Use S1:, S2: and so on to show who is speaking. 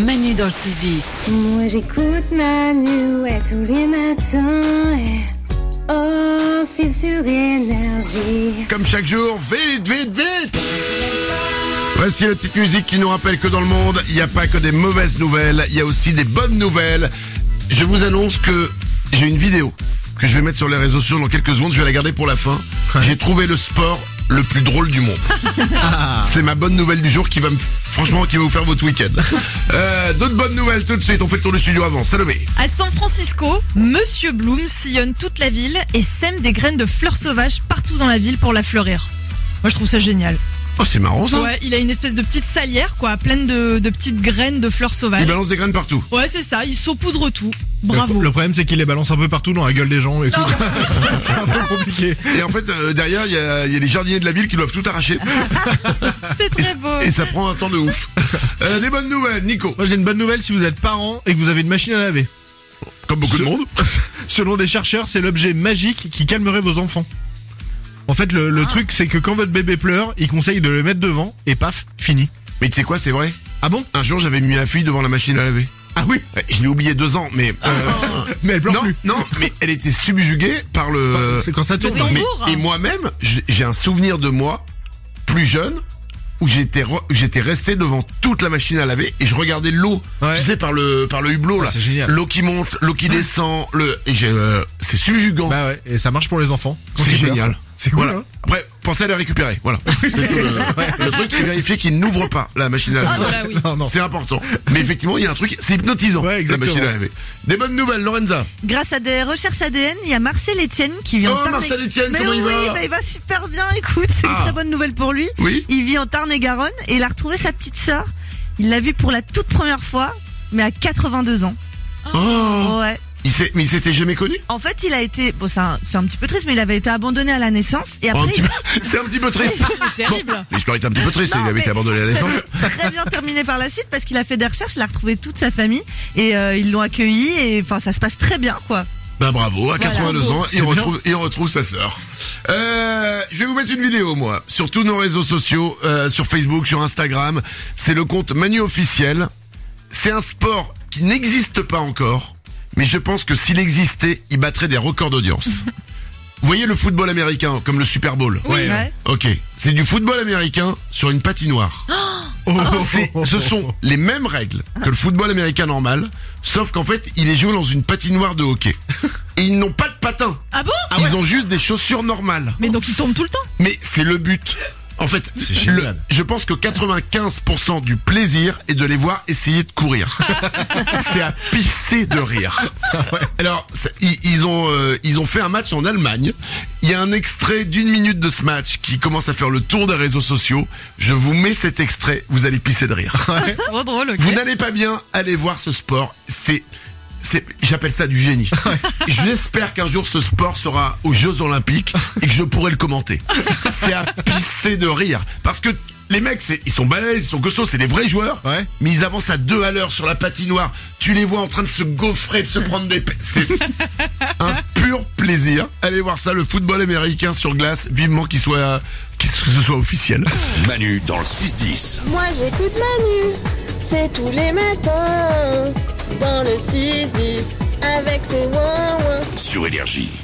S1: dans le 6-10.
S2: Moi j'écoute Manu ouais, tous les matins. et Oh, c'est sur énergie.
S3: Comme chaque jour, vite, vite, vite Voici la petite musique qui nous rappelle que dans le monde, il n'y a pas que des mauvaises nouvelles, il y a aussi des bonnes nouvelles. Je vous annonce que j'ai une vidéo que je vais mettre sur les réseaux sociaux dans quelques secondes, je vais la garder pour la fin. J'ai trouvé le sport le plus drôle du monde. C'est ma bonne nouvelle du jour qui va me, franchement, qui va vous faire votre week-end. Euh, D'autres bonnes nouvelles tout de suite, on fait le tour du studio avant. Salomé
S4: À San Francisco, Monsieur Bloom sillonne toute la ville et sème des graines de fleurs sauvages partout dans la ville pour la fleurir. Moi, je trouve ça génial.
S3: Oh, c'est marrant ça
S4: Ouais, il a une espèce de petite salière, quoi, pleine de, de petites graines de fleurs
S3: Il
S4: sauvages.
S3: balance des graines partout.
S4: Ouais, c'est ça, il saupoudre tout. Bravo.
S5: Le problème, c'est qu'il les balance un peu partout dans la gueule des gens et tout. c'est un peu compliqué.
S3: Et en fait, euh, derrière, il y a, il y a les jardiniers de la ville qui doivent tout arracher.
S4: C'est très beau.
S3: Et ça prend un temps de ouf. Euh, des bonnes nouvelles, Nico.
S5: Moi, j'ai une bonne nouvelle si vous êtes parent et que vous avez une machine à laver.
S3: Comme beaucoup de monde.
S5: Selon des chercheurs, c'est l'objet magique qui calmerait vos enfants. En fait, le, le truc, c'est que quand votre bébé pleure, il conseille de le mettre devant et paf, fini.
S3: Mais tu sais quoi, c'est vrai
S5: Ah bon
S3: Un jour, j'avais mis la fille devant la machine à laver.
S5: Ah oui
S3: Euh, Je l'ai oublié deux ans, mais... euh,
S5: Mais elle pleure
S3: non,
S5: plus.
S3: non, mais elle était subjuguée par le...
S5: C'est quand ça tourne.
S4: Le tambour.
S3: Mais- et moi-même, j'ai j'ai un souvenir de moi, plus jeune, où j'étais re- j'étais resté devant toute la machine à laver et je regardais l'eau,
S5: Ouais.
S3: tu sais, par le, par le hublot,
S5: Ah,
S3: là.
S5: c'est génial.
S3: L'eau qui monte, l'eau qui descend, le... et j'ai, euh, c'est subjugant.
S5: Bah ouais, et ça marche pour les enfants. Quand
S3: C'est
S5: ils pleurent.
S3: génial.
S5: C'est cool,
S3: Voilà.
S5: hein
S3: Après, pensez à la récupérer. Voilà. C'est tout le, le truc est vérifier qu'il n'ouvre pas la machine à
S4: Ah
S3: laver.
S4: non, là, oui.
S5: Non, non.
S3: C'est important. Mais effectivement, il y a un truc, c'est hypnotisant.
S5: Ouais,
S3: la
S5: exactement.
S3: machine à laver. Des bonnes nouvelles, Lorenza.
S6: Grâce à des recherches ADN, il y a Marcel Etienne qui vit en
S3: Oh,
S6: Tarn.
S3: Marcel Etienne,
S6: mais
S3: comment
S6: oui,
S3: il va
S6: bah, il va super bien, écoute, c'est une
S3: Ah.
S6: très bonne nouvelle pour lui.
S3: Oui.
S6: Il vit en Tarn-et-Garonne et il a retrouvé sa petite sœur. Il l'a vue pour la toute première fois, mais à 82 ans.
S3: Oh.
S6: Ouais.
S3: Il s'est, mais il s'était jamais connu.
S6: En fait, il a été, bon, c'est un, c'est un petit peu triste, mais il avait été abandonné à la naissance et
S3: Oh, un
S6: après.
S3: petit peu- c'est un petit peu triste.
S4: Terrible.
S3: L'histoire est un petit peu triste.
S6: Non,
S3: il avait
S6: mais
S3: été abandonné à la
S6: ça
S3: naissance.
S6: s'est très bien terminé par la suite parce qu'il a fait des recherches, il a retrouvé toute sa famille et euh, ils l'ont accueilli et enfin ça se passe très bien quoi.
S3: Ben bravo, à 82 ans,
S5: C'est
S3: il
S5: bien.
S3: retrouve, il retrouve sa sœur. Euh, je vais vous mettre une vidéo, moi, sur tous nos réseaux sociaux, euh, sur Facebook, sur Instagram. C'est le compte Manu officiel. C'est un sport qui n'existe pas encore, mais je pense que s'il existait, il battrait des records d'audience. vous voyez le football américain, comme le Super Bowl.
S6: Oui. Ouais.
S3: Ok, c'est du football américain sur une patinoire. C'est- ce sont les mêmes règles que le football américain normal, sauf qu'en fait, il est joué dans une patinoire de hockey. Et ils n'ont pas de patins.
S4: Ah bon
S3: Ils ont juste des chaussures normales.
S4: Mais donc il tombe tout le temps.
S3: Mais c'est le but. En fait,
S5: génial.
S3: le- je pense que 95% du plaisir est de les voir essayer de courir. c'est à pisser de rire. Alors, c'est- ils, ils ont euh, ils ont fait un match en Allemagne. Il y a un extrait d'une minute de ce match qui commence à faire le tour des réseaux sociaux. Je vous mets cet extrait, vous allez pisser de rire.
S4: Trop drôle, ok.
S3: Vous n'allez pas bien, allez voir ce sport. C'est, c'est, j'appelle ça du génie. J'espère qu'un jour ce sport sera aux Jeux Olympiques et que je pourrai le commenter. C'est à pisser de rire. Parce que les mecs, c'est- ils sont balèzes, ils sont costauds, c'est des vrais joueurs.
S5: Ouais.
S3: Mais ils avancent à deux à l'heure sur la patinoire. Tu les vois en train de se gaufrer, de se prendre des... pe- C'est un pur plaisir. Allez voir ça, le football américain sur glace. Vivement qu'il soit... qu'il- Que ce soit officiel.
S7: Manu dans le 6-10.
S8: Moi j'écoute Manu, c'est tous les matins, dans le 6-10, avec ses ouin-ouin.
S7: Sur Énergie.